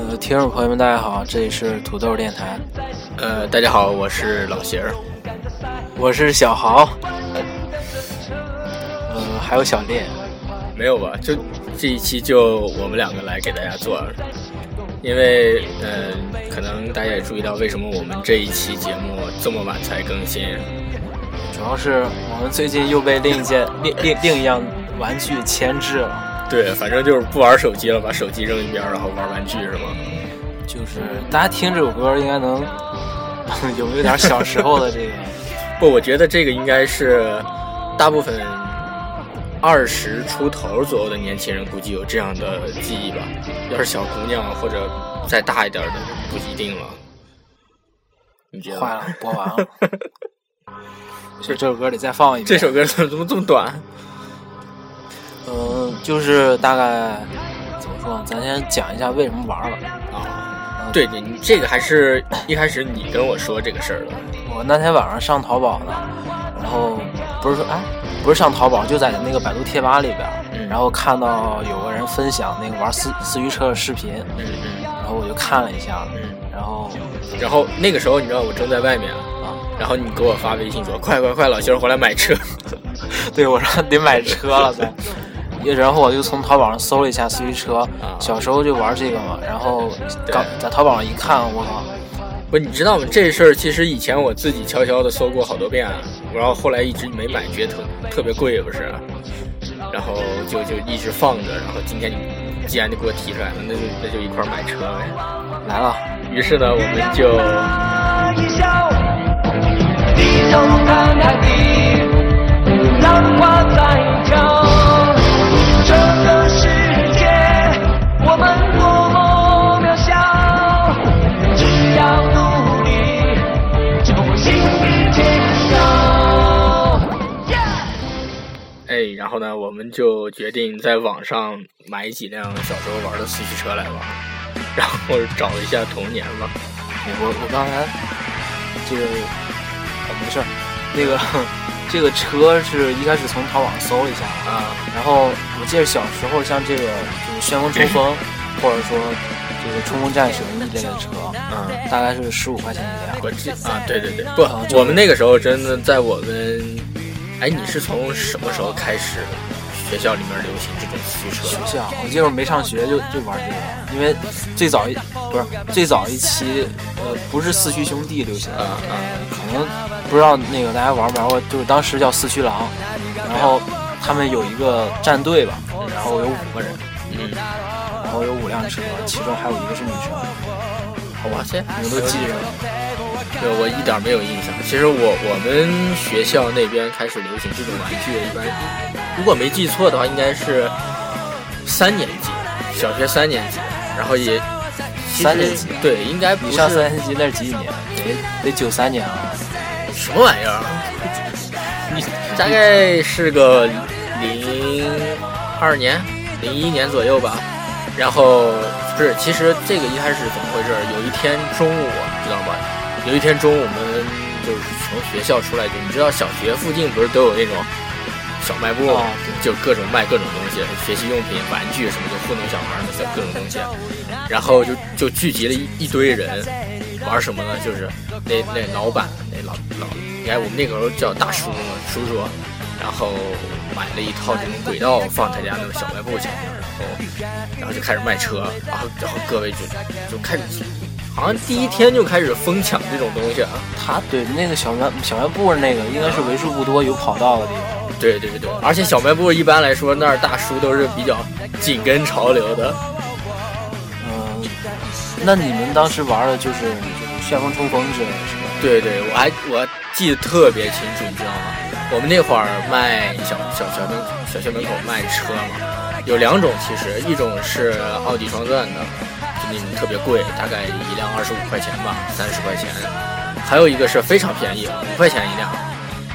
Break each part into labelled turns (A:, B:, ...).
A: 呃听众朋友们，大家好，这里是土豆电台，
B: 呃，大家好，我是老邪儿。
A: 我是小豪，呃，还有小烈，
B: 没有吧？就这一期就我们两个来给大家做，因为呃，可能大家也注意到，为什么我们这一期节目这么晚才更新？
A: 主要是我们最近又被另一件另另另一样玩具牵制了，
B: 对，反正就是不玩手机了，把手机扔一边儿，然后玩玩具是吗？
A: 就是大家听这首歌应该能 有没有点小时候的这个？
B: 不，我觉得这个应该是大部分二十出头左右的年轻人估计有这样的记忆吧。要是小姑娘或者再大一点的，不一定了。你觉得呢？
A: 坏了，播完 了。所以这首歌得再放一遍。
B: 这首歌怎么怎么这么短？
A: 嗯，就是大概怎么说呢？咱先讲一下为什么玩了。
B: 啊，对对，你这个还是一开始你跟我说这个事儿的。
A: 我那天晚上上淘宝呢，然后不是说哎，不是上淘宝，就在那个百度贴吧里边儿，
B: 嗯
A: 然后看到有个人分享那个玩四四驱车的视频，
B: 嗯嗯
A: 然后我就看了一下，
B: 嗯。
A: 然后
B: 然后那个时候你知道我正在外面，
A: 啊，
B: 然后你给我发微信说快快快，老儿回来买车。
A: 对我说得买车了再。也然后我就从淘宝上搜了一下四驱车，小时候就玩这个嘛，然后
B: 啊对
A: 刚在淘宝上一看，我靠，
B: 不，你知道吗？这事儿其实以前我自己悄悄的搜过好多遍，啊然后后来一直没买，觉得特特别贵，不是？然后就就一直放着，然后今天你既然就给我提出来了，那就那就一块儿买车呗。
A: 来了，
B: 于是呢，我们就
C: 一笑，低头看海底，浪花在飘。这个世界，我们多么渺小，只要努力，就会心比天高。
B: 哎，然后呢，我们就决定在网上买几辆小时候玩的四驱车来玩，然后找一下童年吧。
A: 我我刚才这个啊没事儿，那个这个车是一开始从淘宝上搜了一下，
B: 啊，
A: 然后我记得小时候像这个就是旋风冲锋，或者说这个冲锋战神一类的车，
B: 嗯，
A: 大概是十五块钱一辆。
B: 我这啊，对对对，不
A: 啊，就是
B: 我们那个时候真的在我们，哎，你是从什么时候开始学校里面流行这种四驱车
A: 学
B: 的？
A: 校，我记得我没上学就就玩这个，因为最早一不是最早一期，呃，不是四驱兄弟流行，
B: 啊啊，
A: 可能不知道那个大家玩没玩过，就是当时叫四驱狼，然后他们有一个战队吧，然后有五个人，
B: 嗯，
A: 然后有五辆车，其中还有一个是女生，
B: 哇塞，
A: 你们都记着啊吗？
B: 对我一点没有印象。其实我我们学校那边开始流行这种玩具，一般如果没记错的话，应该是三年级，小学三年级，然后也其实
A: 三年级
B: 对，应该不
A: 你
B: 是
A: 上三年级那是几几年？得得九三年啊！
B: 什么玩意儿啊，
A: 你
B: 大概是个零二年、零一年左右吧。然后不是，其实这个一开始怎么回事儿？有一天中午，你知道吗？有一天中午，我们就是从学校出来，就你知道小学附近不是都有那种小卖部吗
A: 哦？
B: 就各种卖各种东西，学习用品、玩具什么，就糊弄小孩儿的小各种东西。然后就就聚集了一一堆人，玩什么呢？就是那那老板，那老老，应该我们那个时候叫大叔嘛，叔叔，然后买了一套这种轨道放他家那个小卖部前面，然后然后就开始卖车，然后然后各位就就开始，好像第一天就开始疯抢这种东西啊。
A: 他对那个小卖小卖部那个应该是为数不多有跑道的地方，
B: 对对对，而且小卖部一般来说那儿大叔都是比较紧跟潮流的。
A: 嗯，那你们当时玩的就是就是旋风冲锋之类的是吧？
B: 对对，我还我记得特别清楚，你知道吗？我们那会儿卖小小小门小学门口卖车嘛，有两种，其实一种是奥迪双钻的，就那种特别贵，大概一辆二十五块钱吧，三十块钱；还有一个是非常便宜，五块钱一辆。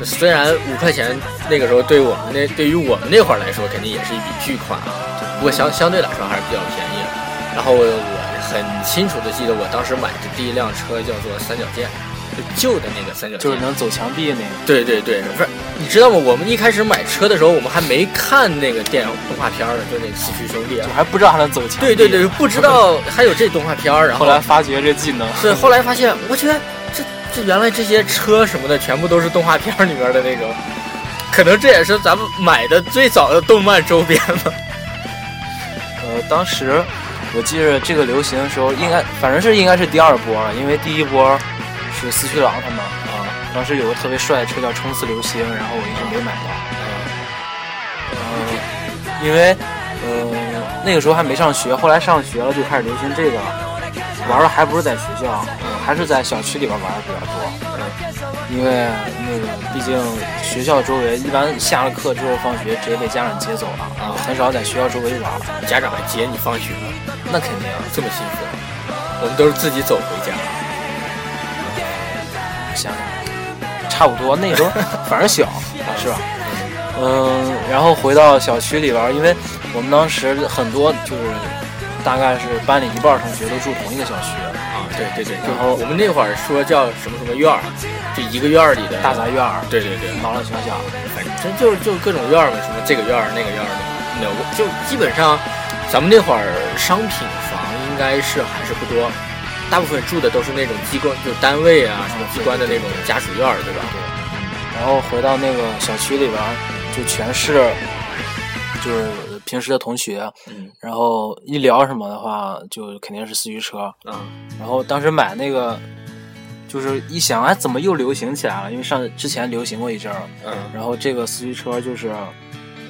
B: 虽然五块钱那个时候对我们那对于我们那会儿来说，肯定也是一笔巨款啊，不过相相对来说还是比较便宜的。然后我很清楚的记得，我当时买的第一辆车叫做三角剑，就旧的那个三角剑，
A: 就是能走墙壁那个。
B: 对对对，不是你知道吗？我们一开始买车的时候，我们还没看那个电动画片儿呢，就那《四驱兄弟》
A: 就
B: 啊。
A: 还不知道还能走墙壁。
B: 对对对，不知道还有这动画片儿。然后
A: 后来发觉这技能，
B: 对，后来发现，我觉得这这原来这些车什么的，全部都是动画片儿里面的那种，可能这也是咱们买的最早的动漫周边吧。
A: 呃，当时我记着这个流行的时候，应该反正是应该是第二波了，因为第一波是四驱狼他们啊，当时有个特别帅的车叫冲刺流星，然后我一直没买到，呃，因为呃那个时候还没上学，后来上学了就开始流行这个，玩的还不是在学校，呃还是在小区里边玩的比较多。呃因为那个，毕竟学校周围一般下了课之后放学直接被家长接走了，啊，很少在学校周围玩。
B: 家长还接你放学，哎
A: 那肯定啊，
B: 这么辛苦，啊我们都是自己走回家。
A: 想想，差不多那时候反正小，是吧？嗯，然后回到小区里边儿，因为我们当时很多就是大概是班里一半儿同学都住同一个小区，
B: 啊，对对对，
A: 然后
B: 我们那会儿说叫什么什么院儿，就一个院儿里的
A: 大杂，院儿，
B: 对对对，
A: 老老小小，
B: 反正就就各种院儿嘛，什么这个院儿那个院儿的，有个就基本上，咱们那会儿商品房应该是还是不多，大部分住的都是那种机关，就单位啊什么机关的那种家属院儿，对吧？
A: 然后回到那个小区里边儿，就全是就是平时的同学，
B: 嗯
A: 然后一聊什么的话，就肯定是四驱车，
B: 啊，
A: 然后当时买那个，就是一想，哎，怎么又流行起来了？因为上之前流行过一阵儿，
B: 嗯，
A: 然后这个四驱车就是，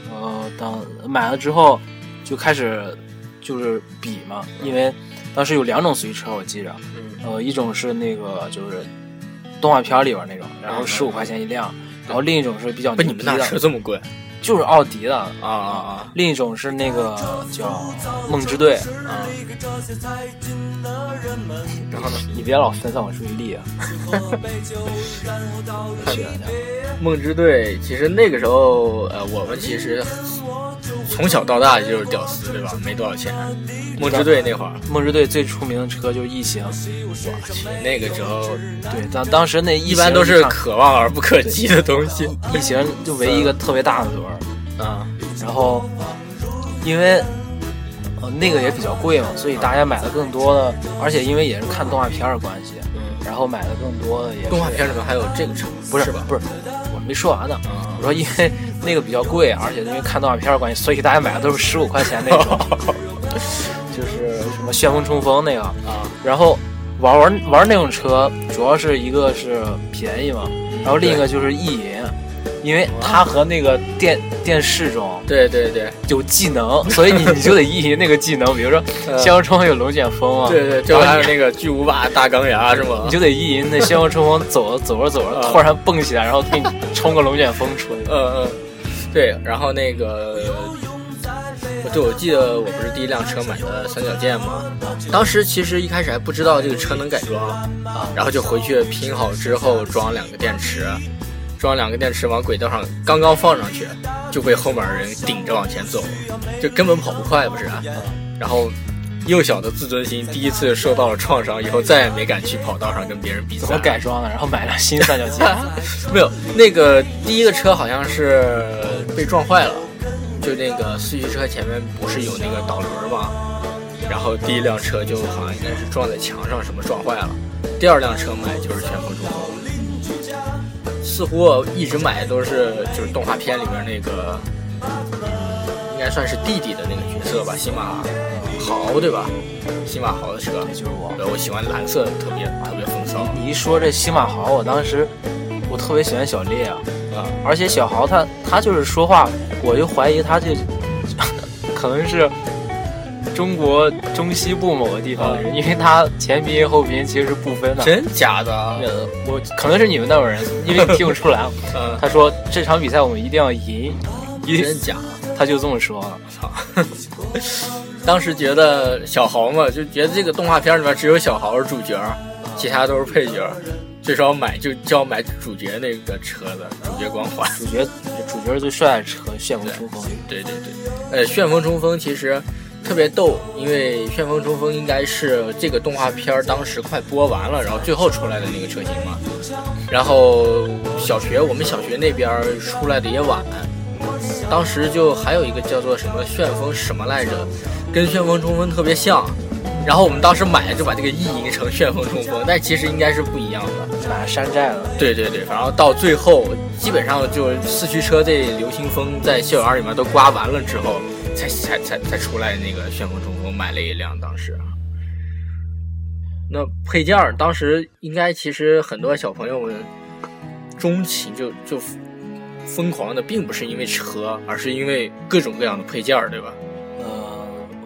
A: 呃，当买了之后就开始就是比嘛，因为当时有两种四驱车，我记着，呃，一种是那个就是动画片里边那种，然后十五块钱一辆，然后另一种是比较
B: 嗯不，
A: 牛
B: 你
A: 逼
B: 们那车
A: 的，
B: 这么贵
A: 就是奥迪的。
B: 啊啊
A: 另一种是那个叫梦之队，
B: 啊啊！然后呢，
A: 你别老分散我注意力 啊！选一下
B: 梦之队其实那个时候，呃，我们其实从小到大就是屌丝，对吧？没多少钱。梦之队那会儿，
A: 梦之队最出名的车就是异形，
B: 我去，那个时候
A: 对，当当时那
B: 一般都是可望而不可及的东西
A: 异形就唯一一个特别大的轮儿，
B: 啊。
A: 然后因为呃那个也比较贵嘛，所以大家买的更多的，而且因为也是看动画片儿的关系，
B: 嗯，
A: 然后买的更多的也是
B: 动画片里面还有这个车，
A: 不是
B: 吧？
A: 不是，我没说完呢。
B: 啊
A: 我说因为那个比较贵，而且因为看动画片儿的关系，所以大家买的都是十五块钱那 种，就是什么旋风冲锋那个，
B: 啊，
A: 然后玩玩玩那种车，主要是一个是便宜嘛，然后另一个就是意淫，因为它和那个电电视中
B: 对对对
A: 有技能，所以你你就得意淫那个技能，比如说《
B: 呃
A: 先锋冲锋》有龙卷风啊，
B: 对对，就
A: 然
B: 还
A: 后
B: 有
A: 你
B: 那个巨无霸大钢牙是吗
A: 你？就得意淫那《先锋冲锋》走着走着走着，
B: 啊
A: 突然蹦起来，然后给你冲个龙卷风出去。
B: 嗯嗯，对，然后那个，我对，我记得我不是第一辆车买的三角剑嘛，当时其实一开始还不知道这个车能改装啊，然后就回去拼好之后装两个电池，装两个电池往轨道上刚刚放上去，就被后面人顶着往前走，就根本跑不快，不是？啊
A: 嗯
B: 然后。幼小的自尊心第一次受到了创伤，以后再也没敢去跑道上跟别人比赛。
A: 怎么改装的？啊然后买辆新三角剑，
B: 没有，那个第一个车好像是被撞坏了，就那个四驱车前面不是有那个导轮吗？然后第一辆车就好像应该是撞在墙上，什么撞坏了。第二辆车买就是旋风冲锋，似乎我一直买的都是就是动画片里边那个，应该算是弟弟的那个角色吧，西马豪对吧？西马豪的车，
A: 就是我。
B: 对我喜欢蓝色的，特别特别风骚
A: 你一说这西马豪，我当时我特别喜欢小烈啊。
B: 啊。
A: 而且小豪他他就是说话，我就怀疑他就 可能是中国中西部某个地方的人，因为他前鼻音后鼻音其实是不分的。
B: 真假的？
A: 呃，我可能是你们那种人，因为你听不出来。啊
B: 嗯，
A: 他说这场比赛我们一定要赢，一
B: 真假？
A: 他就这么说啊了。
B: 操！ 当时觉得小豪嘛，就觉得这个动画片里面只有小豪是主角，其他都是配角。最少买就就要买主角那个车的主角光环。
A: 主角主角最帅的车旋风冲锋，
B: 对对对，呃，旋风冲锋其实特别逗，因为《旋风冲锋》应该是这个动画片儿当时快播完了，然后最后出来的那个车型嘛。然后小学我们小学那边儿出来的也晚，当时就还有一个叫做什么旋风什么来着，跟旋风冲锋特别像。然后我们当时买就把这个译译成旋风冲锋，但其实应该是不一样的。
A: 买山寨了，
B: 对对对，反正到最后基本上就四驱车这流行风在校园里面都刮完了之后，才才才才出来那个旋风冲锋，买了一辆当时。啊那配件儿当时应该其实很多小朋友们啊中期就就疯狂的，并不是因为车，而是因为各种各样的配件儿，对吧？
A: 呃，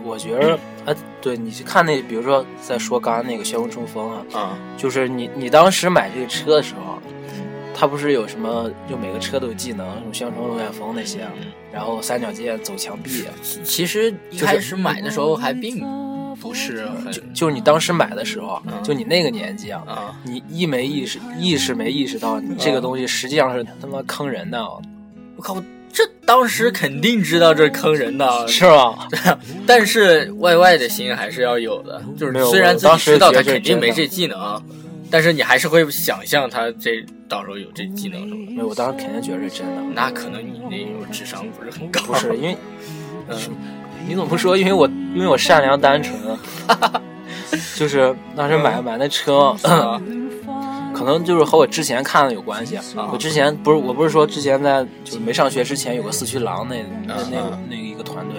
A: 我觉着，哎，对你去看那，比如说在说刚刚那个旋风冲锋啊，
B: 啊、
A: 就是你你当时买这个车的时候，它不是有什么，就每个车都有技能，什么旋风、龙卷风那些，啊然后三角剑走墙壁，
B: 其其实一开始买的时候还并不是很
A: 就就是你当时买的时候，
B: 嗯
A: 就你那个年纪啊，
B: 啊。
A: 你意没意识，意识没意识到你
B: 嗯
A: 这个东西实际上是他妈坑人的，啊
B: 我靠，这当时肯定知道这是坑人的，啊
A: 是吗？
B: 但是 YY 的心还是要有的，就
A: 没有
B: 是虽然
A: 我
B: 自己
A: 当时
B: 知道
A: 觉
B: 他
A: 得
B: 肯定
A: 这
B: 没
A: 真的
B: 这技能，啊但是你还是会想象他这到时候有这技能什么的。
A: 没有，我当时肯定觉得是真的，
B: 那可能你那种智商不是很高，
A: 不是因为呃
B: 嗯
A: 你怎么不说？因为我因为我善良单纯，啊 就是当时买买那车，
B: 啊
A: 可能就是和我之前看的有关系。
B: 啊
A: 我之前不是我不是说之前在就是没上学之前有个四驱狼那那
B: 啊
A: 那
B: 啊
A: 那一个团队，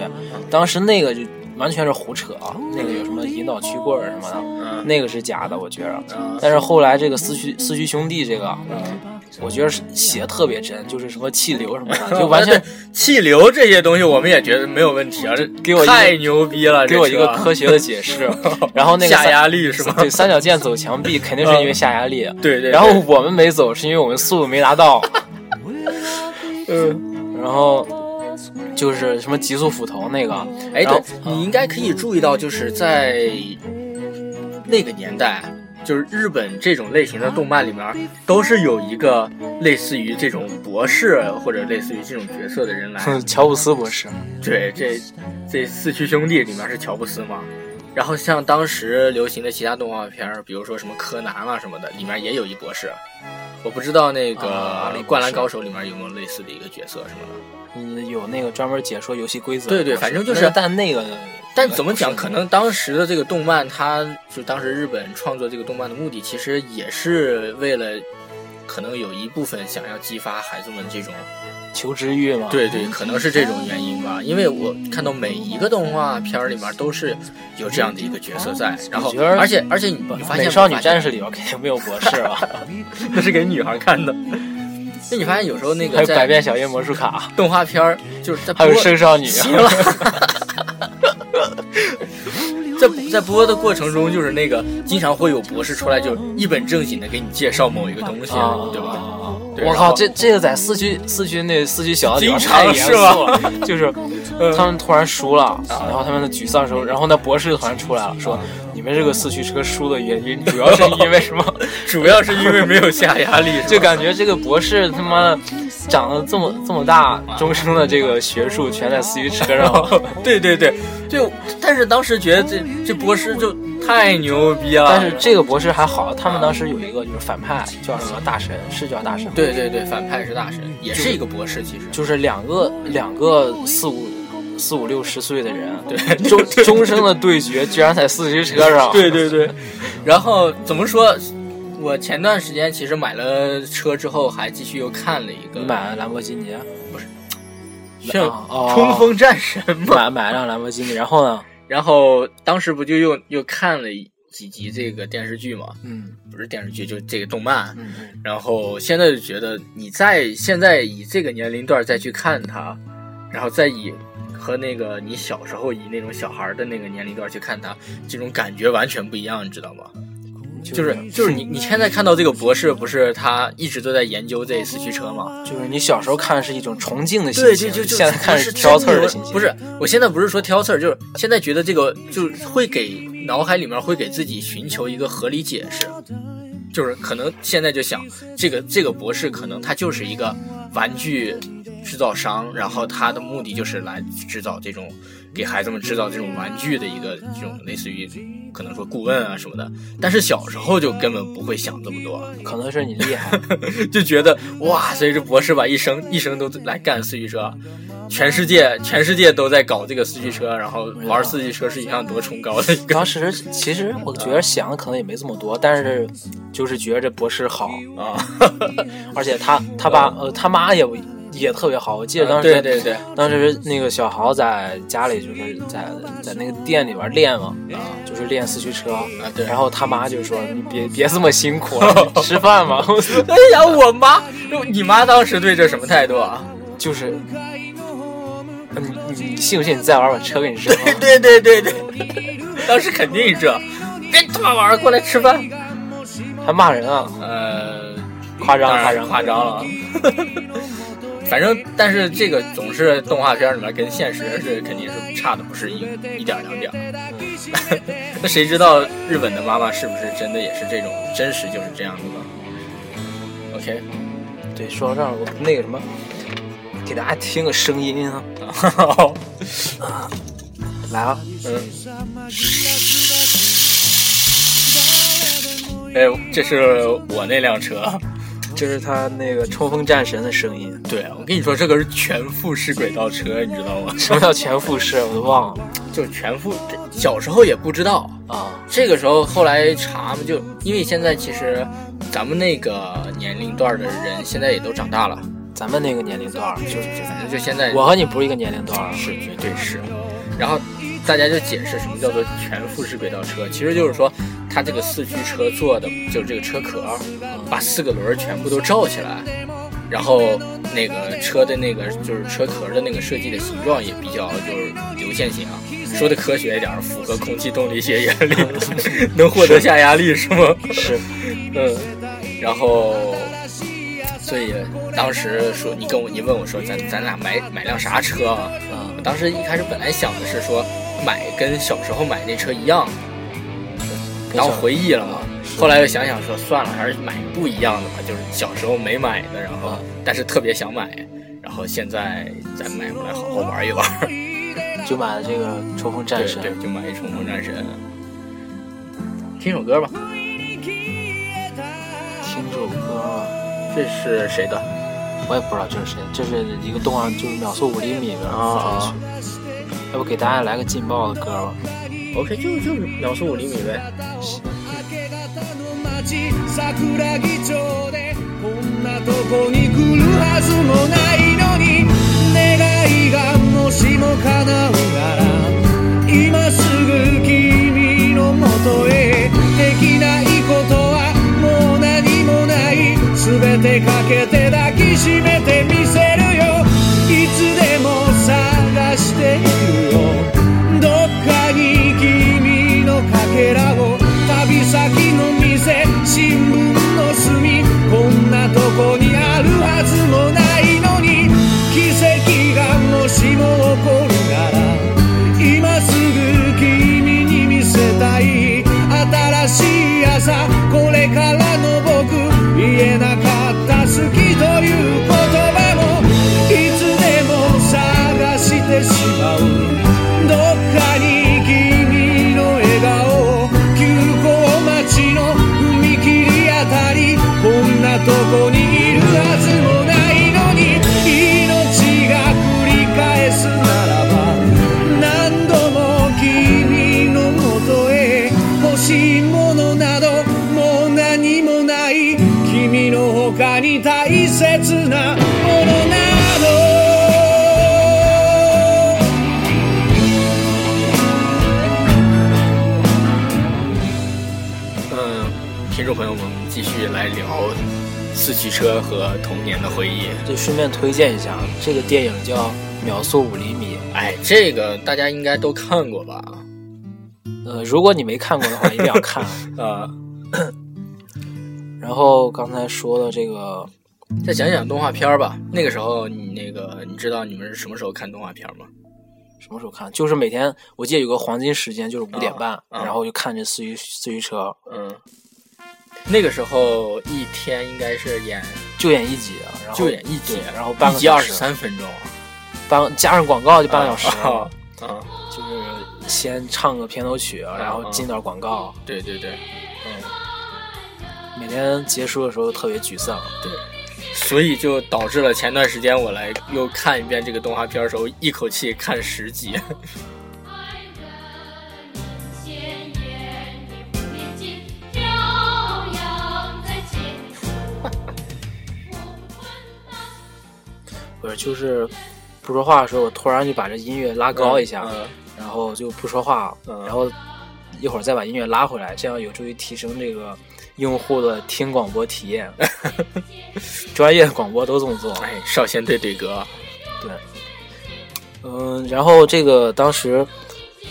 A: 当时那个就完全是胡扯啊，那个有什么引导曲棍儿什么的，
B: 嗯
A: 那个是假的，我觉着。
B: 啊
A: 但是后来这个四驱四驱兄弟这个，啊我觉得是写的特别真，就是什么气流什么的，就完全
B: 对气流这些东西，我们也觉得没有问题啊，这
A: 给我一个
B: 太牛逼了，
A: 给我一个
B: 这车啊
A: 科学的解 释。然后那个
B: 下
A: 三
B: 压力是吗？嗯
A: 对，三角剑走墙壁肯定是因为下压力。啊
B: 对对，
A: 然后我们没走，是因为我们速度没达到。
B: 嗯，
A: 然后就是什么极速斧啊头那个，
B: 哎，
A: 然
B: 对
A: 后，
B: 你应该可以注意到，就是在那个年代，就是日本这种类型的动漫里面，都是有一个类似于这种博士或者类似于这种角色的人来。
A: 哼乔布斯博士，
B: 对，这这四驱兄弟里面是乔布斯嘛？然后像当时流行的其他动画片儿，比如说什么柯南啊什么的，里面也有一博士。我不知道那个
A: 啊
B: 《灌篮高手》里面有没有类似的一个角色什么的。
A: 嗯，有那个专门解说游戏规则的博
B: 对
A: 士。
B: 对反正就是
A: 那但那个，
B: 但怎么讲，可能当时的这个动漫，它就当时日本创作这个动漫的目的，其实也是为了，可能有一部分想要激发孩子们这种，
A: 求知欲嘛。，
B: 对对，可能是这种原因吧。因为我看到每一个动画片儿里面都是有这样的一个角色在，然后
A: 哦我觉得
B: 而且而且你你发现
A: 美
B: 没
A: 少女
B: 发现
A: 战士里 边肯定没有博士啊 吧？
B: 那是给女孩看的，那你发现有时候那
A: 还
B: 个
A: 有百
B: 在
A: 变小樱魔术卡，
B: 动画片儿就是在
A: 还有
B: 播
A: 圣少女。
B: 行了。在在播的过程中，就是那个经常会有博士出来，就一本正经的给你介绍某一个东西，
A: 啊，
B: 对吧？对
A: 我
B: 然
A: 靠，
B: 后
A: 这这个在四驱四驱那四驱小的
B: 经
A: 里边
B: 常
A: 太严肃
B: 是吧嗯啊
A: 了， 就是他们突然输了，然后他们的沮丧的时候，然后那博士突然出来了，说你们这个四驱车输的原因主要是因为什么？
B: 主要是因为没有下压力，
A: 就是
B: 吧
A: 感 觉这个博士他妈的长得这么这么大，终生的这个学术全在四驱车上。
B: 对对对，就但是当时觉得这这博士就太牛逼了，
A: 但是这个博士还好，他们当时有一个就是反派叫什么大神，是叫大神吗？
B: 对对对，反派是大神，也是一个博士，其实
A: 就是两个两个四五四五六十岁的人，啊
B: 对
A: 终终生的对决，居然在四驱车上。
B: 对对对，然后怎么说？我前段时间其实买了车之后，还继续又看了一个
A: 你买了兰博基尼，啊
B: 旋
A: 哦
B: 冲锋战神嘛，
A: 买买辆兰博基尼，然后呢？
B: 然后当时不就又又看了一几集这个电视剧嘛，
A: 嗯
B: 不是电视剧，就这个动漫。
A: 嗯嗯，
B: 然后现在就觉得，你在现在以这个年龄段再去看它，然后再以和那个你小时候以那种小孩的那个年龄段去看它，这种感觉完全不一样，你知道吗？
A: 嗯
B: 就是就是你你现在看到这个博士，不是他一直都在研究这四驱车吗？
A: 就是你小时候看是一种崇敬的心
B: 对，
A: 情，
B: 就就就
A: 现在看
B: 是
A: 挑刺儿
B: 真
A: 的
B: 有
A: 心情。
B: 不是，我现在不是说挑刺儿，就是现在觉得这个就会给脑海里面会给自己寻求一个合理解释，就是可能现在就想这个这个博士可能他就是一个玩具制造商，然后他的目的就是来制造这种给孩子们制造这种玩具的一个这种类似于可能说顾问啊什么的。但是小时候就根本不会想这么多，
A: 可能是你厉害，
B: 就觉得哇，所以这博士吧，一生一生都来干四驱车，全世界全世界都在搞这个四驱车，然后玩四驱车是一项多崇高的一个
A: 当时其实我觉得想的可能也没这么多，但是就是觉着这博士好，
B: 啊，
A: 而且他他爸呃他妈也也特别好，我记得当时、
B: 啊对对对，
A: 当时那个小豪在家里就是在在那个店里边练嘛，就是练四驱车啊
B: 对
A: 然后他妈就说你别别这么辛苦了，你吃饭吧，
B: 哎呀，我妈，你妈当时对这什么态度啊？
A: 就是你你你信不信你再玩把车给你扔了？
B: 对对对对，当时肯定是这，别他妈玩儿，过来吃饭。
A: 还骂人啊，
B: 呃，
A: 夸张
B: 当
A: 夸
B: 然
A: 张
B: 夸张了。啊 反正，但是这个总是动画片里面跟现实是肯定是差的，不是一一点儿两点儿。那谁知道日本的妈妈是不是真的也是这种真实就是这样的呢？OK，
A: 对，说到这儿我那个什么，给大家听个声音啊，来啊，
B: 嗯，哎，这是我那辆车。啊
A: 这是他那个冲锋战神的声音。
B: 对，啊我跟你说，这个是全覆式轨道车，你知道吗？
A: 什么叫全复式？我都忘了
B: 就全覆，这小时候也不知道，
A: 啊。
B: 这个时候后来查嘛，就因为现在其实咱们那个年龄段的人现在也都长大了，
A: 咱们那个年龄段儿，
B: 就就反正就现在
A: 我和你不是一个年龄段儿。啊
B: 是绝对是。然后大家就解释什么叫做全覆式轨道车，其实就是说它这个四驱车做的就是这个车壳，把四个轮儿全部都罩起来，然后那个车的那个就是车壳的那个设计的形状也比较就是流线型啊。说的科学一点儿，符合空气动力学原理，能 获得下压力是吗？
A: 是，
B: 嗯，然后，所以当时说你跟我，你问我说咱咱俩买买辆啥车啊？
A: 嗯
B: 我当时一开始本来想的是说买跟小时候买那车一样，
A: 跟
B: 当
A: 小
B: 回忆了嘛。后来又想想说算了，还是买不一样的吧，就是小时候没买的，然后
A: 啊
B: 但是特别想买，然后现在再买回来好好玩一玩。
A: 就买了这个冲锋
B: 对
A: 战
B: 对
A: 神，，
B: 就买一冲锋战神。听首歌吧，
A: 听首歌吧，
B: 这是谁的？
A: 我也不知道这是谁，这是一个动画，就是秒速五厘米的
B: 啊
A: 主题曲。要不给大家来个劲爆的歌吧？
B: OK，就就是秒速五厘米呗。
D: 桜木町でこんなとこに来るはずもないのに願いがもしも叶うなら今すぐ君のもとへできないことはもう何もない全てかけて抱きしめてみせるよいつでも探しているよどっかに君のかけらを旅先の店新聞の隅こんなとこにあるはずもないのに奇跡がもしも起こるなら今すぐ君に見せたい新しい朝これからの僕言えなかった好きという言葉もいつでも探してしまうどっかに君の笑顔急行待ちの踏切あたりこんなとこにいるはずもないのに命が繰り返すならば何度も君のもとへ欲しいものなどもう何もない君の他に大切なものなど
B: 嗯，听众朋友们，我们继续来聊四驱车和童年的回忆。
A: 就顺便推荐一下，这个电影叫《秒速五厘米》。
B: 哎，这个大家应该都看过吧？
A: 呃，如果你没看过的话，一定要 看。
B: 呃，
A: 然后刚才说的这个，
B: 再讲讲动画片儿吧。那个时候，你那个你知道你们是什么时候看动画片吗？
A: 什么时候看？就是每天，我记得有个黄金时间，就是五点半，
B: 啊啊
A: 然后就看这四驱四驱车。
B: 嗯，那个时候一天应该是演
A: 就演一集，啊然后
B: 就演一集啊
A: 对，然后半
B: 一
A: 个
B: 集
A: 小
B: 二十
A: 时，
B: 三分钟，
A: 半加上广告就半个小时，
B: 啊啊，
A: 就是先唱个片头曲，然后进段广告，
B: 对对对，嗯。
A: 每天结束的时候特别沮丧。
B: 对，所以就导致了前段时间我来又看一遍这个动画片的时候，一口气看十集。
E: 爱人鲜艳的红领巾飘扬在前途。红冠大
A: 不是，就是不说话的时候，我突然就把这音乐拉高一下，
B: 嗯嗯
A: 然后就不说话，
B: 嗯
A: 然后一会儿再把音乐拉回来，这样有助于提升这个用户的听广播体 验。专业的广播都这么做，
B: 哎，少先队对歌，
A: 对，嗯，然后这个当时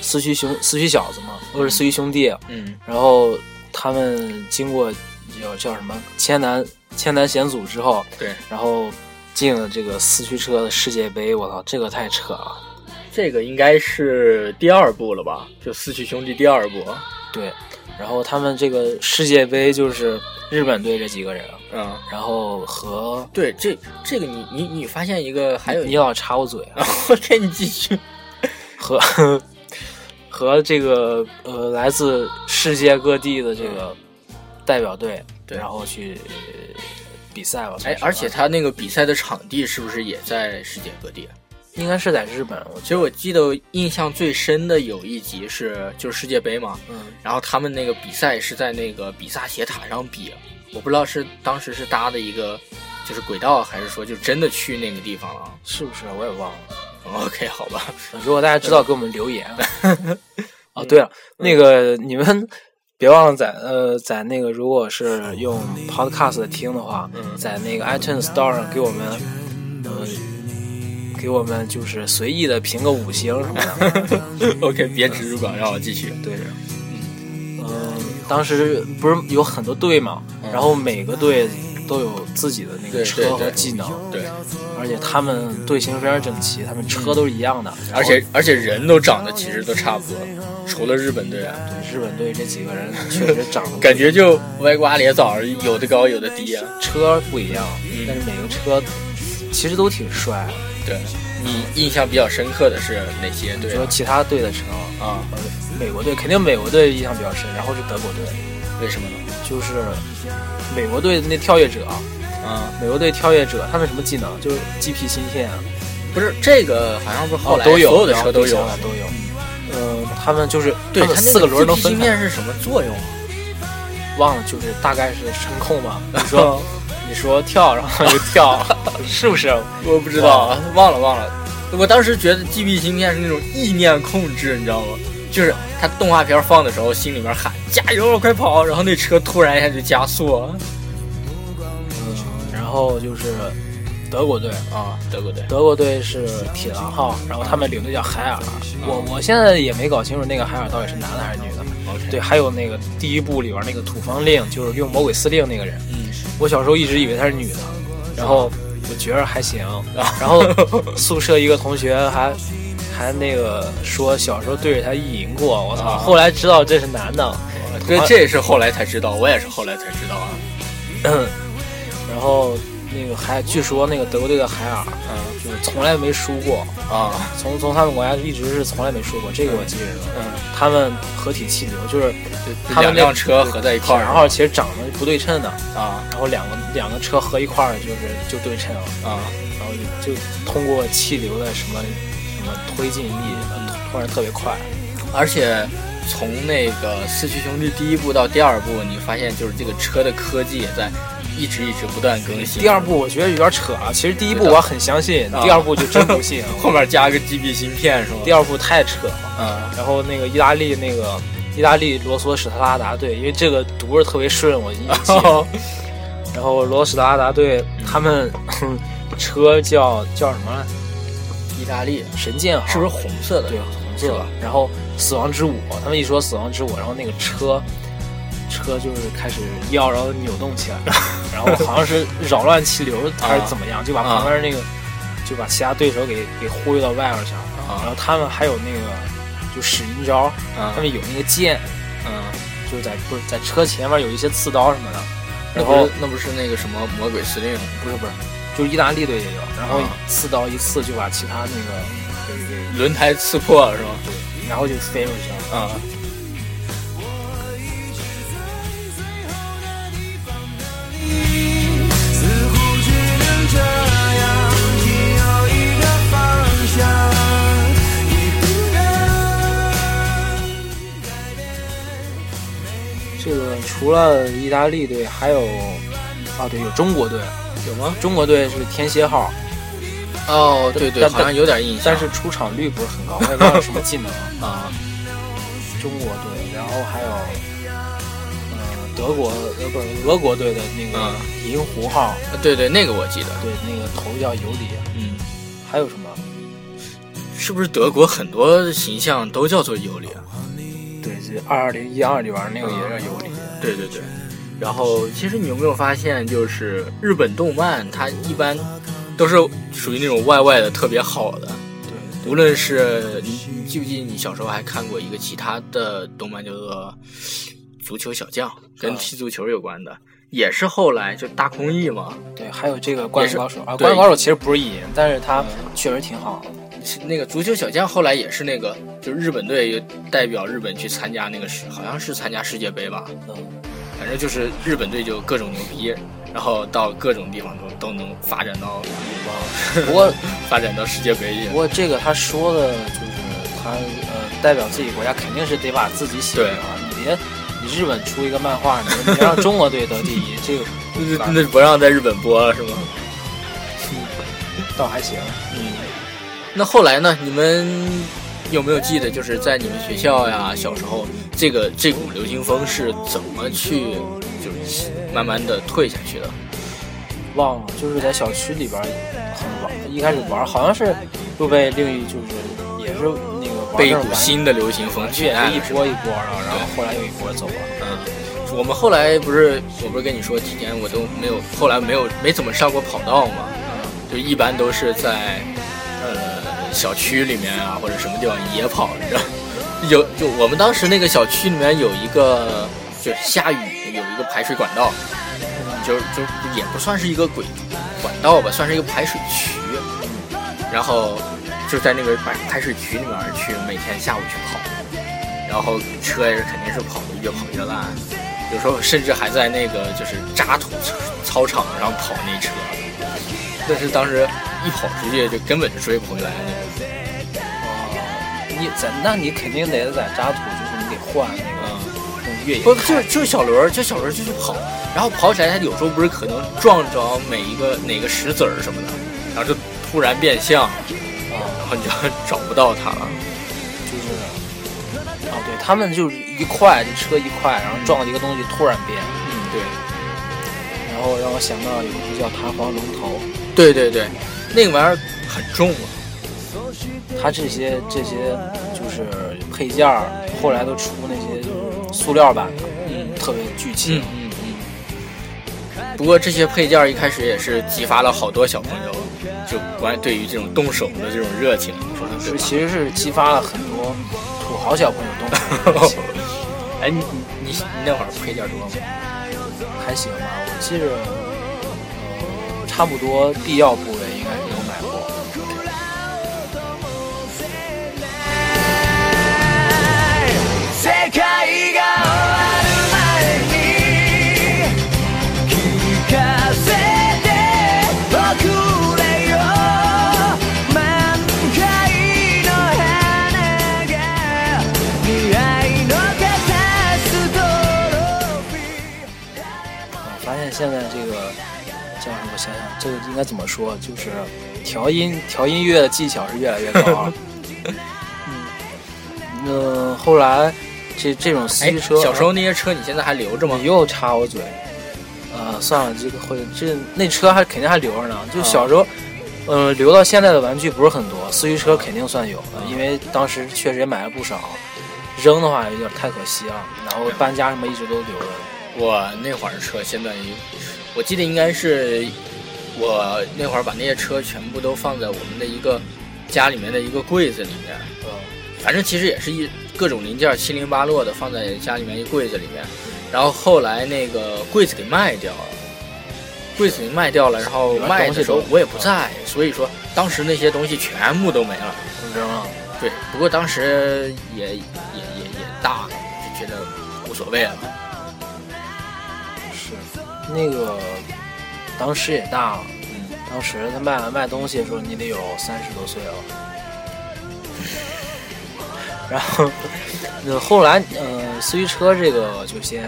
A: 四驱兄四驱小子嘛，都是四驱兄弟，啊
B: 嗯，
A: 然后他们经过叫叫什么千难千难险阻之后，
B: 对，
A: 然后进了这个四驱车的世界杯，我操，这个太扯了。
B: 这个应该是第二部了吧？就《四驱兄弟》第二部，
A: 对，然后他们这个世界杯就是日本队这几个人，
B: 嗯，
A: 然后和
B: 对，这这个你你你发现一个，还有一
A: 你
B: 个，
A: 老插我嘴啊，
B: 然 后这你继续，
A: 和 和这个呃来自世界各地的这个代表队，
B: 对
A: 然后去呃比赛吧。算
B: 哎
A: 是，
B: 而且他那个比赛的场地是不是也在世界各地？
A: 应该是在日本，我
B: 其实我记得印象最深的有一集是就是世界杯嘛，
A: 嗯，
B: 然后他们那个比赛是在那个比萨斜塔上比，我不知道是当时是搭的一个就是轨道，还是说就真的去那个地方了。
A: 是不是我也忘了。
B: 嗯 OK，好吧，
A: 如果大家知道，给我们留言。啊 哦，对了，
B: 嗯
A: 那个你们别忘了在呃，在那个如果是用 Podcast 听的话，
B: 嗯
A: 在那个 iTunes Store 上给我们呃，给我们就是随意的评个五星什么 的。
B: ，OK，别植入广告，让我继续。
A: 对，嗯、当时不是有很多队嘛，然后每个队都有自己的那个
B: 嗯对对
A: 车和
B: 对
A: 技能，
B: 对，
A: 而且他们队形非常整齐，他们车都是一样的，
B: 嗯而且而且人都长得其实都差不多，除了日本队啊，
A: 日本队这几个人确实长得不一样
B: 感觉就歪瓜裂枣，有的高有的低啊。
A: 车不一样，但是每个车其实都挺帅。
B: 对你印象比较深刻的是哪些
A: 比
B: 队
A: 如说
B: 啊？
A: 其他队的车，
B: 啊
A: 呃美国队肯定美国队印象比较深，然后是德国队，
B: 为什么呢？
A: 就是美国队那跳跃者，
B: 啊，
A: 美国队跳跃者他们什么技能？就是击劈心线，
B: 不是这个，好像是后来
A: 哦都有，
B: 所有的车都有
A: 然后。都有。嗯，他们就是
B: 对
A: 他们
B: 它那
A: 四个轮能
B: 地
A: 分
B: 平
A: 开，
B: 面是什么作用啊？
A: 忘了就是大概是声控 嘛。你说你说跳，然后就 跳，是不是？
B: 我不知道，啊，忘了忘了。我当时觉得 G B 芯片是那种意念控制，你知道吗？就是他动画片放的时候，心里面喊加油，快跑，然后那车突然一下就加速啊
A: 嗯然后就是德国队，
B: 啊！德国队，
A: 德国队是铁狼号，然后他们领队叫海尔。我我现在也没搞清楚那个海尔到底是男的还是女的。对，还有那个第一部里边那个土方令，就是用魔鬼司令那个人。
B: 嗯，
A: 我小时候一直以为她是女的，然后我觉着还 行。然后宿舍一个同学还还那个说小时候对着她意淫过，我操！
B: 啊
A: 后来知道这是男的。
B: 对，这也是后来才知道，我也是后来才知道啊。
A: 然后那个海，据说那个德国队的海尔
B: 嗯
A: 就是从来没输过。
B: 啊，
A: 从从他们国家一直是从来没输过，这个我记着了。
B: 嗯，
A: 他们合体气流就是他
B: 两
A: 们
B: 辆车合在一块儿
A: 然后其实长得不对称的，
B: 啊
A: 然后两个两个车合一块儿就是就对称了，
B: 啊，
A: 然后就就通过气流的什么什么推进力，突突然特别快。
B: 而且从那个《四驱兄弟》第一部到第二部，你发现就是这个车的科技也在一直一直不断更新。
A: 第二部我觉得有点扯啊，其实第一部
B: 对的
A: 我很相信，
B: 啊
A: 第二部就真不信。
B: 后面加个 GB 芯片是吗？
A: 第二部太扯了。
B: 嗯，
A: 然后那个意大利那个意大利罗索史特拉达队，因为这个读着特别顺，我一记。 然后罗斯达达队他们车叫叫什么来？
B: 意大利
A: 神剑号
B: 是不是红色的？
A: 对红色
B: 是
A: 的
B: 吧？
A: 然后死亡之舞，他们一说死亡之舞，然后那个车车就是开始腰然后扭动起 来，然后好像是扰乱气流还
B: 啊
A: 是怎么样，就把旁边那个就把其他对手给给忽悠到外边去了。然后他们还有那个就使阴招，
B: 啊
A: 他们有那个剑，
B: 嗯，
A: 就是在不是在车前面有一些刺刀什么的，
B: 那
A: 然
B: 不
A: 后
B: 是那不是那个什么魔鬼司令吗？
A: 不是不是，就是意大利队也有，然后
B: 啊
A: 刺刀一刺就把其他那个给给
B: 轮胎刺破了是吗？
A: 然后就飞出去了。
B: 嗯啊，
F: 似乎只能这样，仅有一个方向，一个人。
A: 这个除了意大利队，还有啊对，有中国队，
B: 有吗？
A: 中国队是天蝎号，
B: 哦，对对，
A: 但
B: 好像有点印象。
A: 但是出场率不是很高，我也不知道是什么技能。
B: 啊，
A: 中国队，然后还有呃德国呃不是俄国队的那个
B: 嗯
A: 银狐号，
B: 对对，那个我记得。
A: 对那个头叫尤里，
B: 嗯，
A: 还有什么？
B: 是不是德国很多形象都叫做尤里啊？
A: 对，这二二零一二里边那个也叫尤里。
B: 对对对。然后，其实你有没有发现，就是日本动漫，它一般都是属于那种 YY 的特别好的。无论是你你记不记，你小时候还看过一个其他的动漫，叫做《足球小将》，
A: 啊
B: 跟踢足球有关的，也是后来就大空翼嘛，
A: 对，还有这个灌篮高手啊，
B: 对
A: 灌篮高手其实不是意淫，但是他确实挺好的。
B: 是那个足球小将后来也是那个，就日本队也代表日本去参加那个世，好像是参加世界杯吧，
A: 嗯，
B: 反正就是日本队就各种牛逼，然后到各种地方都都能发展到
A: 不过
B: 发展到世界杯
A: 不
B: 去。
A: 过这个他说的就是他呃代表自己国家肯定是得把自己写
B: 对
A: 的啊，你别你日本出一个漫画，你你让中国队得第一， 这个
B: 那那不让在日本播了是吗？
A: 倒还行。
B: 嗯，那后来呢？你们有没有记得，就是在你们学校呀，小时候这个这股流行风是怎么去就是慢慢的退下去的？
A: 忘了，就是在小区里边儿很玩，一开始玩儿好像是又被另一就是也是那个玩
B: 被一
A: 那儿
B: 股
A: 玩
B: 新的流行风
A: 玩具
B: 去
A: 也
B: 爱
A: 是
B: 了
A: 一
B: 是吧
A: 波一波的，然后后来又一波走了。
B: 嗯，我们后来不是，我不是跟你说，几年我都没有，后来没有没怎么上过跑道嘛，就一般都是在呃小区里面啊，或者什么地方野跑，你知道？ 有就我们当时那个小区里面有一个，就是下雨有一个排水管道，就就也不算是一个轨管道吧，算是一个排水渠，然后就在那个排排水渠里面去每天下午去跑。然后车也是肯定是跑的越跑越烂，有时候甚至还在那个就是渣土操场上跑那车，但是当时一跑出去就根本就追不回来那种。
A: 你在那你肯定得在渣土，就是你得换那个
B: 嗯，
A: 那种越野
B: 不就就小轮儿，就小轮儿就去跑，然后跑起来，它有时候不是可能撞着每一个哪个石子儿什么的，然后就突然变向，
A: 啊，
B: 然后你就找不到它了。
A: 就是啊，对他们就是一块这车一块，然后撞到一个东西突然变，
B: 嗯，对，
A: 然后让我想到有一个叫弹簧龙头，
B: 对对对，那个玩意儿很重啊。
A: 它这些这些就是配件儿，后来都出那些塑料版的，
B: 嗯
A: 特别聚气
B: 嗯。嗯嗯。不过这些配件儿一开始也是激发了好多小朋友，就关对于这种动手的这种热情，你说
A: 是
B: 对吧？
A: 其实是激发了很多土豪小朋友动手的行为
B: 哎，你你你你那会儿配件儿多吗？
A: 还行吧，我记着，呃差不多必要部位应该是有买过。
F: 世界が終わる前に聞かせておくれよ満開の花が未来の片すトロフィー
A: 我发现现在这个叫什么？我想想，这个应该怎么说？就是调音调音乐的技巧是越来越高 了。嗯，那、后来这这种
B: 哎
A: 私，车，
B: 小时候那些车你现在还留着吗
A: 你？又插我嘴，呃，算了，这个会这那车还肯定还留着呢。就小时候，呃，留到现在的玩具不是很多，四驱车肯定算有，因为当时确实也买了不少。扔的话有点太可惜了，然后搬家什么一直都留着。
B: 我那会儿车现在已经，我记得应该是我那会儿把那些车全部都放在我们的一个家里面的一个柜子里面，
A: 嗯，
B: 反正其实也是一各种零件七零八落的放在家里面一柜子里面，然后后来那个柜子给卖掉了，柜子给卖掉了，然后
A: 里面
B: 卖
A: 东西
B: 的时候
A: 都
B: 我也不在，所以说当时那些东西全部都没了。
A: 扔了。
B: 对，不过当时也也也也大，就觉得无所谓了。
A: 是，那个当时也大了，
B: 嗯
A: 当时他卖卖东西的时候，你得有三十多岁了。 然后，呃，后来，呃，四驱车这个就先，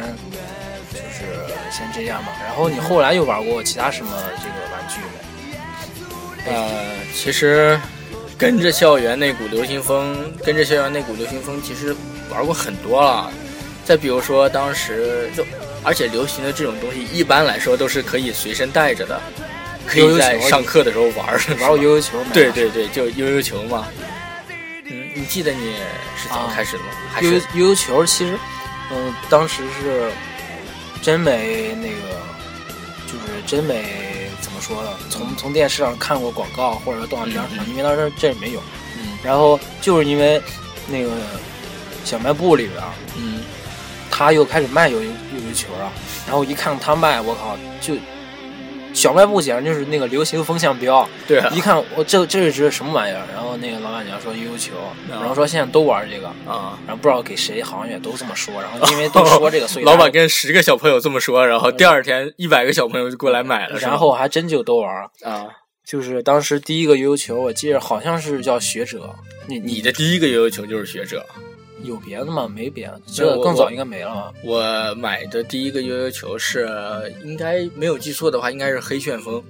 A: 就是先这样吧。然后你后来又玩过其他什么这个玩具没？
B: 呃，其实跟着校园那股流行风，跟着校园那股流行风，其实玩过很多了。再比如说，当时就而且流行的这种东西，一般来说都是可以随身带着的，可
A: 悠悠
B: 以
A: 球啊
B: 在上课的时候玩儿。
A: 你玩过悠悠球没？
B: 对，对对，就悠悠球嘛。嗯，你记得你是怎么
A: 啊
B: 开始的吗？还
A: 悠
B: 是
A: 悠悠悠球其实，嗯、当时是真没那个，就是真没怎么说呢，
B: 嗯
A: 从从电视上看过广告或者动画片什么，因为当时这没有。
B: 嗯
A: 然后就是因为那个小卖部里边儿，
B: 嗯
A: 他又开始卖悠悠悠悠球啊，然后一看他卖，我靠，就小卖部简直就是那个流行风向标。
B: 对啊
A: 一看我这这是什么玩意儿？然后那个老板娘说悠悠球，然后说现在都玩这个。
B: 啊。
A: 然后不知道给谁，好像也都这么说。然后因为 都说这个，所以
B: 老板跟十个小朋友这么说，然后第二天一百个小朋友就过来买了，是
A: 嗯
B: 吧
A: 然后还真就都玩儿。
B: 啊，
A: 就是当时第一个悠悠球，我记着好像是叫学者。你
B: 你的第一个悠悠球就是学者，
A: 有别的吗？没别的，
B: 我
A: 这
B: 我
A: 更早应该没了吧？
B: 我买的第一个悠悠球是呃应该没有记错的话，应该是黑旋风，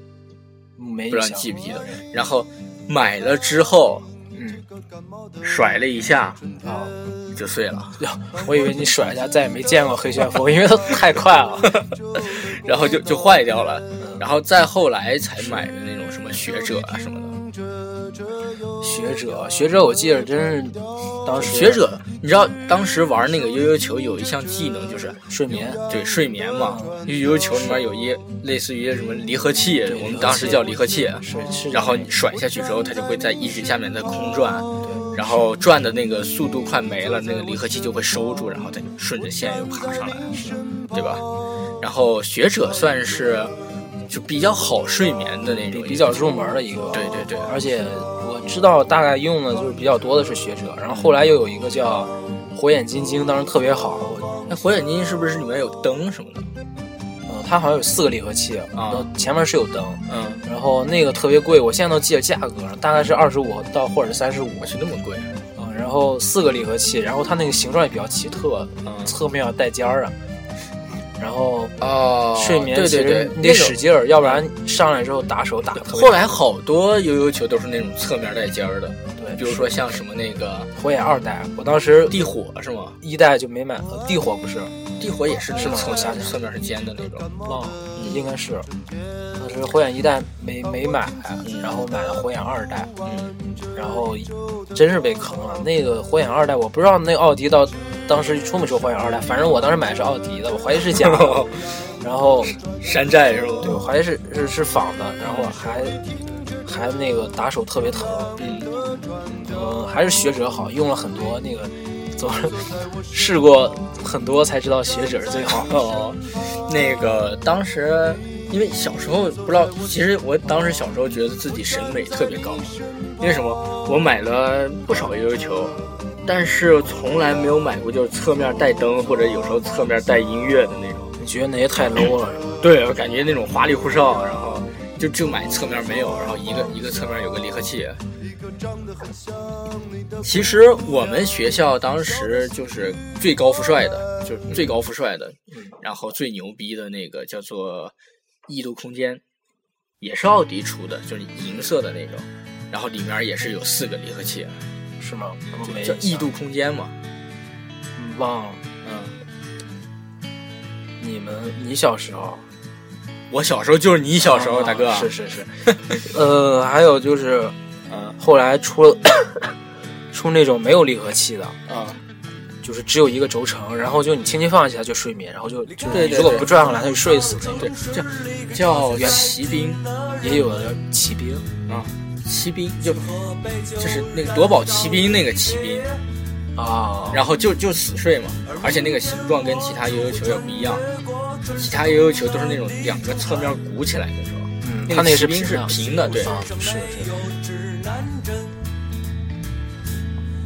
A: 没
B: 不
A: 印
B: 知道你
A: 象
B: 记不记得。然后买了之后
A: 嗯，
B: 甩了一下
A: 啊，
B: 就碎了，
A: 我以为你甩一下，再也没见过黑旋风，因为它太快了。
B: 然后就就坏掉了，然后再后来才买的那种什么学者啊什么的。
A: 学者，学者，我记着真是当时
B: 学者，你知道当时玩那个悠悠球有一项技能就是
A: 睡眠，
B: 对睡眠嘛，悠悠球里面有一类似于什么离合器，我们当时叫离合器，
A: 是是，
B: 然后你甩下去之后，它就会在一直下面在空转，然后转的那个速度快没了，那个离合器就会收住，然后再顺着线又爬上来，对吧？然后学者算是就比较好睡眠的那
A: 比
B: 种，
A: 比较入门的一个，
B: 对对对
A: 而且我知道大概用的就是比较多的是学者，然后后来又有一个叫火眼金睛，当时特别好，我
B: 那火眼金睛是不是里面有灯什么的？
A: 呃，它好像有四个离合
B: 啊
A: 器，然后前面是有灯，
B: 嗯，
A: 然后那个特别贵，我现在都记得价格，大概是二十五到或者三十五，
B: 我去那么贵，
A: 嗯，然后四个离合器，然后它那个形状也比较奇特，
B: 嗯
A: 侧面要带尖儿 啊，然后
B: 哦
A: 睡眠
B: 对
A: 其
B: 对对
A: 实，你
B: 那
A: 得
B: 个
A: 使劲儿，要不然上来之后打手打得特别
B: 后来好多悠悠球都是那种侧面带尖儿的，
A: 对，
B: 比如说像什么那个
A: 火眼二代，我当时
B: 地火是吗？
A: 一代就没买，呃地火不是，
B: 地火也是
A: 是吗
B: 侧
A: 我想
B: 面
A: 想
B: 侧面是尖的那种。
A: 啊，应该是，当时火眼一代没没买，然后买了火眼二代，
B: 嗯，
A: 然后真是被坑了。那个火眼二代，我不知道那奥迪到当时出没出火眼二代，反正我当时买的是奥迪的，我怀疑是假的，然后
B: 山寨是吗？
A: 对我怀疑是是是仿的，然后还还那个打手特别疼，
B: 嗯，
A: 嗯，还是学者好，用了很多那个，总 是试过很多才知道学者是最好的。
B: 哦，那个当时因为小时候不知道，其实我当时小时候觉得自己审美特别高，因为什么？我买了不少悠悠球，但是从来没有买过就是侧面带灯或者有时候侧面带音乐的那种。
A: 你觉得那些太 low 了？
B: 对我感觉那种花里胡哨，然后就就买侧面没有，然后一个一个侧面有个离合器。其实我们学校当时就是最高富帅的，就是最高富帅的，然后最牛逼的那个叫做异度空间，也是奥迪出的，就是银色的那种，然后里面也是有四个离合器，
A: 是吗？我没
B: 叫异度空间嘛。
A: 嗯忘了。
B: 嗯，
A: 你们，你小时候，
B: 我小时候就是你小时候，大哥。
A: 啊是是 是，呃，还有就是
B: 嗯
A: 后来出了 出那种没有离合器的，
B: 啊，
A: 就是只有一个轴承，然后就你轻轻放下去它就睡眠，然后就就是
B: 对
A: 你
B: 对
A: 如果
B: 对
A: 不转过来它就睡死那
B: 对
A: 种。，
B: 叫叫骑兵。
A: 也有的骑兵，
B: 啊，骑兵就就是那个夺宝骑兵那个骑兵，
A: 啊，
B: 然后就就死睡嘛，而且那个形状跟其他悠悠球也不一样，其他悠悠球都是那种两个侧面鼓起来的，是吧？
A: 嗯，
B: 那
A: 他那
B: 个
A: 是
B: 骑兵是平的，对。
A: 啊是是。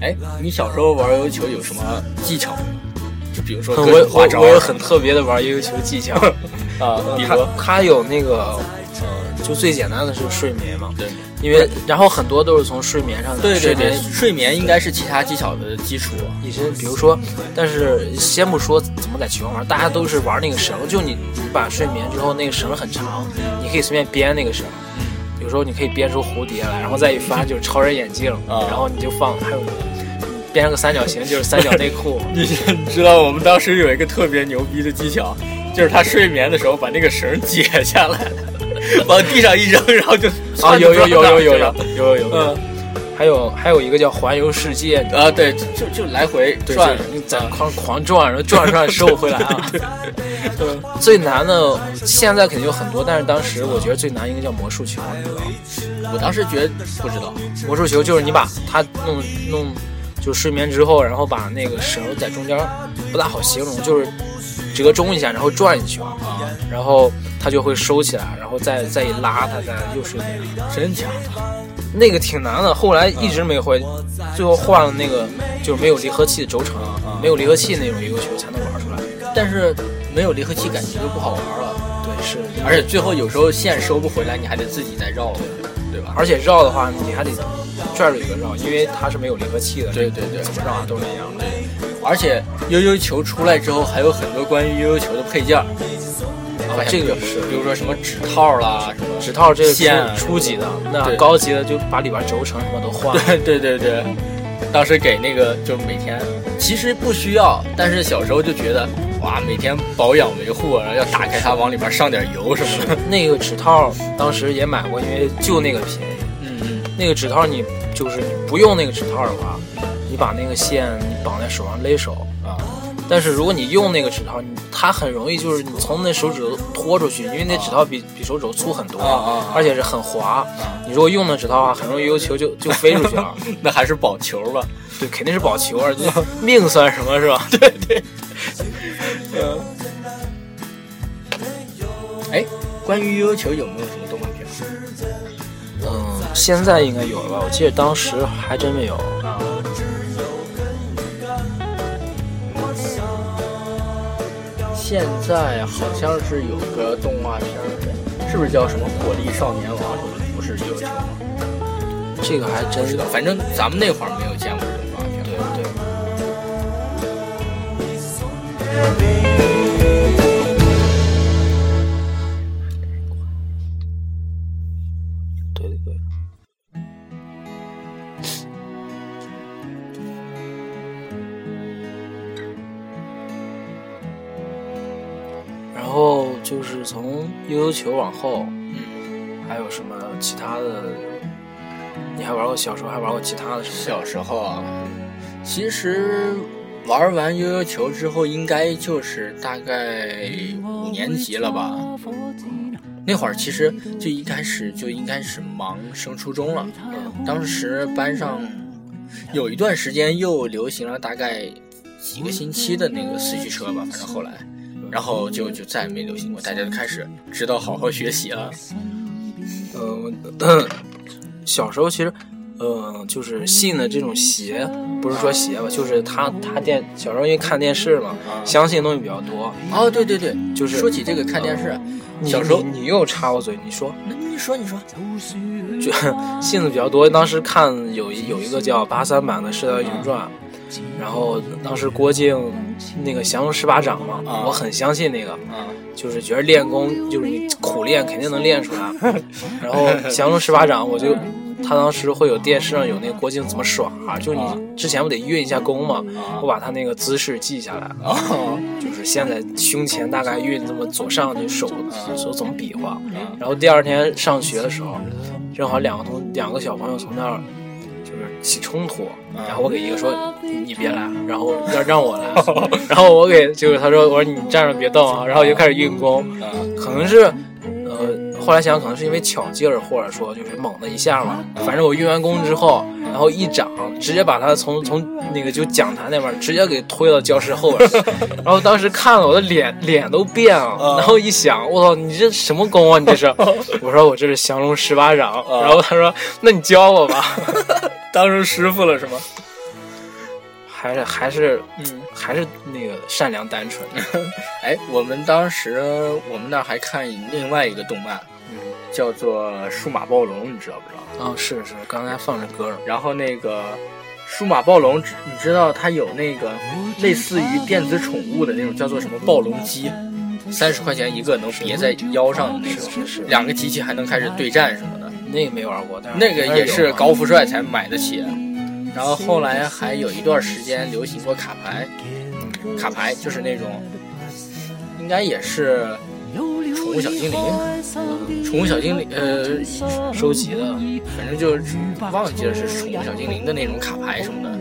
B: 哎，你小时候玩悠悠球有什么技巧吗？就比如说
A: 我
B: 各种
A: 我
B: 花招
A: 我有很特别的玩悠悠球技巧，
B: 啊，比如
A: 他
B: 说
A: 他有那个呃，就最简单的是睡眠嘛，
B: 对
A: 因为然后很多都是从睡眠上的，
B: 对对
A: 睡
B: 对，
A: 眠
B: 睡眠应该是其他技巧的基础。啊
A: 你是比如说，但是先不说怎么在球上玩，大家都是玩那个绳，就你你把睡眠之后那个绳很长，你可以随便编那个绳，有时候你可以编出蝴蝶来，然后再一翻就是超人眼镜，
B: 啊
A: 然后你就放，还有编个三角形就是三角内裤，
B: 你你知道我们当时有一个特别牛逼的技巧，就是他睡眠的时候把那个绳解下来，往地上一扔，然后就
A: 啊有有有有有有
B: 了。
A: 有有有，
B: 嗯
A: 还有还有一个叫环游世界，你
B: 啊，对，就就就来回
A: 对
B: 转
A: 就是，你在狂狂转，然后转着转着收回来啊。 嗯，最难的现在肯定有很多，但是当时我觉得最难应该叫魔术球，啊你知道吗？
B: 我当时觉得不知道，
A: 魔术球就是你把它弄弄，就睡眠之后，然后把那个绳在中间儿不大好形容，就是折中一下，然后转一圈儿，然后它就会收起来，然后再再一拉它，再又睡眠。
B: 真假？
A: 那个挺难的，后来一直没会，最后换了那个就是没有离合器的轴承，没有离合器那种游戏球才能玩出来。
B: 但是没有离合器，感觉就不好玩了。
A: 对，是，
B: 而且最后有时候线收不回来，你还得自己再绕回来，对吧？
A: 而且绕的话，你还得拽着一个绕，因为它是没有离合器的。
B: 对对对
A: 怎么绕啊都是一样的。
B: 而且悠悠球出来之后，还有很多关于悠悠球的配件儿，
A: 啊，这个
B: 比
A: 是
B: 如比如说什么指套啦，什么
A: 指套，这个是
B: 线啊
A: 初级的，那
B: 对
A: 高级的就把里边轴承什么都换了。
B: 对 对对对，当时给那个就是每天，其实不需要，但是小时候就觉得哇，每天保养维护，啊然后要打开它，往里边上点油什么的。
A: 那个指套当时也买过，因为就那个便宜。
B: 嗯嗯，
A: 那个指套你就是你不用那个指套的话，你把那个线你绑在手上勒手啊。但是如果你用那个指套，你它很容易就是你从那手指头拖出去，因为那指套比、比手指头粗很多，
B: 啊啊啊
A: 而且是很滑。你如果用那指套的话，很容易悠悠球就就飞出去 了。
B: 那还是保球吧。
A: 对，肯定是保球啊，这命算什么是吧？对对，
B: 哎，关于悠悠球有没有什么动画片？
A: 嗯，现在应该有了吧？我记得当时还真没有。
B: 现在好像是有个动画片儿，是不是叫什么《火力少年王》什么的？不是悠悠球吗？
A: 这个还真
B: 不知道，反正咱们那会儿没有见过这种动画片。
A: 对对。对对对。然后就是从悠悠球往后，
B: 嗯
A: 还有什么其他的？你还玩过小时候还玩过其他的什么？
B: 小时候啊，其实玩完悠悠球之后，应该就是大概五年级了吧。那会儿其实就一开始就应该是忙升初中了，呃当时班上有一段时间又流行了大概几个星期的那个四驱车吧，反正后来，然后就就再也没流行过，大家就开始知道好好学习了。
A: 呃，小时候其实，呃，就是信的这种邪，不是说邪吧，就是他他电小时候因为看电视嘛，相信的东西比较多。
B: 哦，对对对，
A: 就是
B: 说起这个看电视，
A: 你
B: 小时候，
A: 你你又插我嘴，你说
B: 那你说你说，
A: 就信的比较多。当时看有一有一个叫八三版的《射雕英雄传》，然后当时郭靖那个降龙十八掌嘛，
B: 啊
A: 我很相信那个。
B: 啊、
A: 就是觉得练功就是你苦练肯定能练出来。然后降龙十八掌，我就他当时会有电视上有那个郭靖怎么耍、啊就是你之前不得运一下功嘛，我把他那个姿势记下来了，
B: 哦，
A: 就是现在胸前大概运这么左上去手手怎么比划。然后第二天上学的时候，正好两个同两个小朋友从那儿。就是起冲突，然后我给一个说你你别来，然后让让我来，然后我给就是他说我说你站着别动啊，然后我就开始运功，
B: 啊、
A: 可能是呃后来想想，可能是因为巧劲儿，或者说就是猛的一下吧。反正我运完功之后，然后一掌直接把他从从那个就讲台那边儿直接给推到教室后边儿。 然后当时看了我的脸脸都变了，然后一想，我操，你这什么功啊？你这是？我说我这是降龙十八掌。然后他说，那你教我吧。
B: 当成师傅了是吗？
A: 还是还是
B: 嗯，
A: 还是那个善良单纯。
B: 哎，我们当时我们那儿还看另外一个动漫，
A: 嗯，
B: 叫做《数码暴龙》，你知道不知道？
A: 啊，是是，刚才放着歌儿。
B: 然后那个数码暴龙，只你知道它有那个类似于电子宠物的那种，叫做什么暴龙机，三十块钱一个，能别在腰上的那种，两个机器还能开始对战什么的。
A: 那个没玩过，但是
B: 那个也是
A: 高。
B: 高富帅才买得起。啊然后后来还有一段时间流行过卡牌，卡牌就是那种，应该也是宠物小精灵，宠物小精灵呃
A: 收集的，
B: 反正就是忘记了是宠物小精灵的那种卡牌什么的，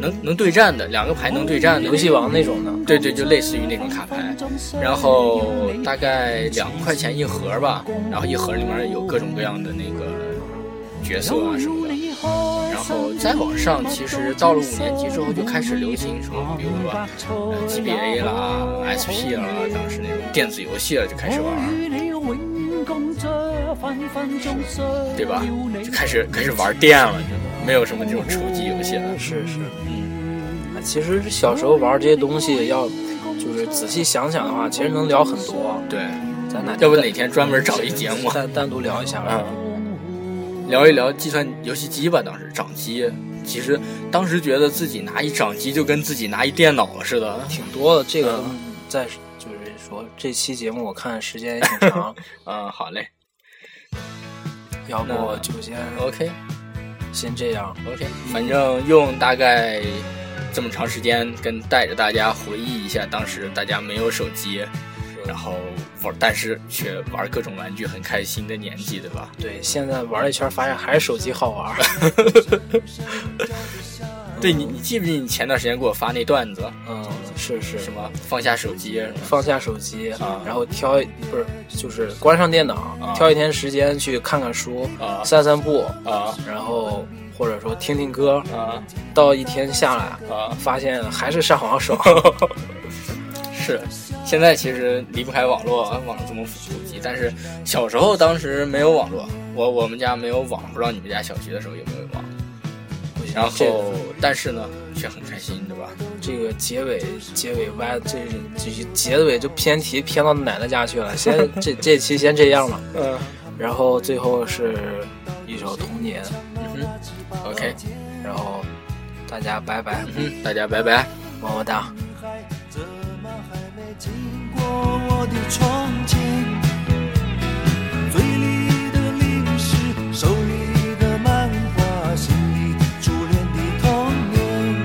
B: 能能对战的，两个牌能对战的
A: 游戏王那种的。
B: 对对，就类似于那种卡牌，然后大概两块钱一盒吧，然后一盒里面有各种各样的那个角色啊什么的。然后再往上，其实到了五年级之后就开始流行什么，比如说呃 GBA 啦、SP 啦，当时那种电子游戏了就开始玩儿，对吧？就开始开始玩电了，就没有什么这种手机游戏了。
A: 是是，啊其实小时候玩这些东西，要就是仔细想想的话，其实能聊很多。
B: 对，
A: 咱哪天
B: 要不哪天专门找一节目
A: 单单独聊一下吧。
B: 聊一聊计算游戏机吧。当时掌机，其实当时觉得自己拿一掌机就跟自己拿一电脑似的。
A: 嗯挺多的，这个在就是说这期节目我看时间也挺 长，
B: 嗯，好嘞
A: 要不
B: 那
A: 就先
B: ，OK
A: 先这样。
B: OK，反正用大概这么长时间跟带着大家回忆一下当时大家没有手机，然后玩，但是却玩各种玩具很开心的年纪，对吧？
A: 对，现在玩了一圈，发现还是手机好玩儿。
B: 对你，你记不记得你前段时间给我发那段子？
A: 嗯，是是。
B: 什么放下手机？
A: 放下手机，
B: 啊
A: 然后挑一不是就是关上电脑，
B: 啊
A: 挑一天时间去看看书，
B: 啊
A: 散散步，
B: 啊
A: 然后或者说听听歌，
B: 啊
A: 到一天下来，
B: 啊！
A: 发现还是上网 爽。
B: 是，现在其实离不开网络，啊网络这么普及。但是小时候当时没有网络，我我们家没有网，不知道你们家小学的时候有没有网。然后，但是呢，却很开心，对吧？
A: 这这个结尾结尾歪，这这结尾就偏题偏到奶奶家去了。先 这这期先这样吧，
B: 嗯
A: 然后最后是一首《童年》，
B: 嗯哼，OK，
A: 然后大家拜拜，
B: 嗯，大家拜拜。
A: 么么哒。
G: 怎么还没经过我的窗前？嘴里的零食，手里的漫画，心里初恋的童年，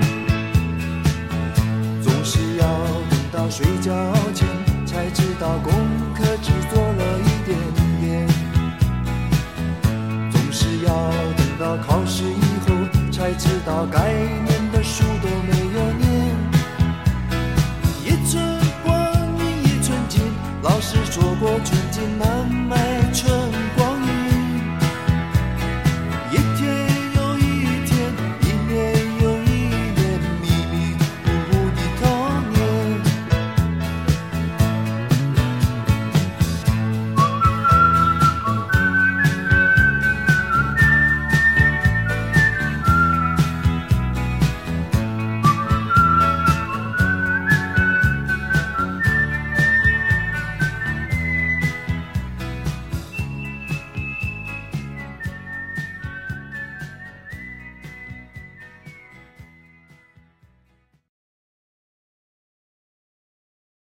G: 总是要等到睡觉前才知道功课只做了一点点，总是要等到考试以后才知道该念的书都没有念。一寸光阴一寸金，老师说过初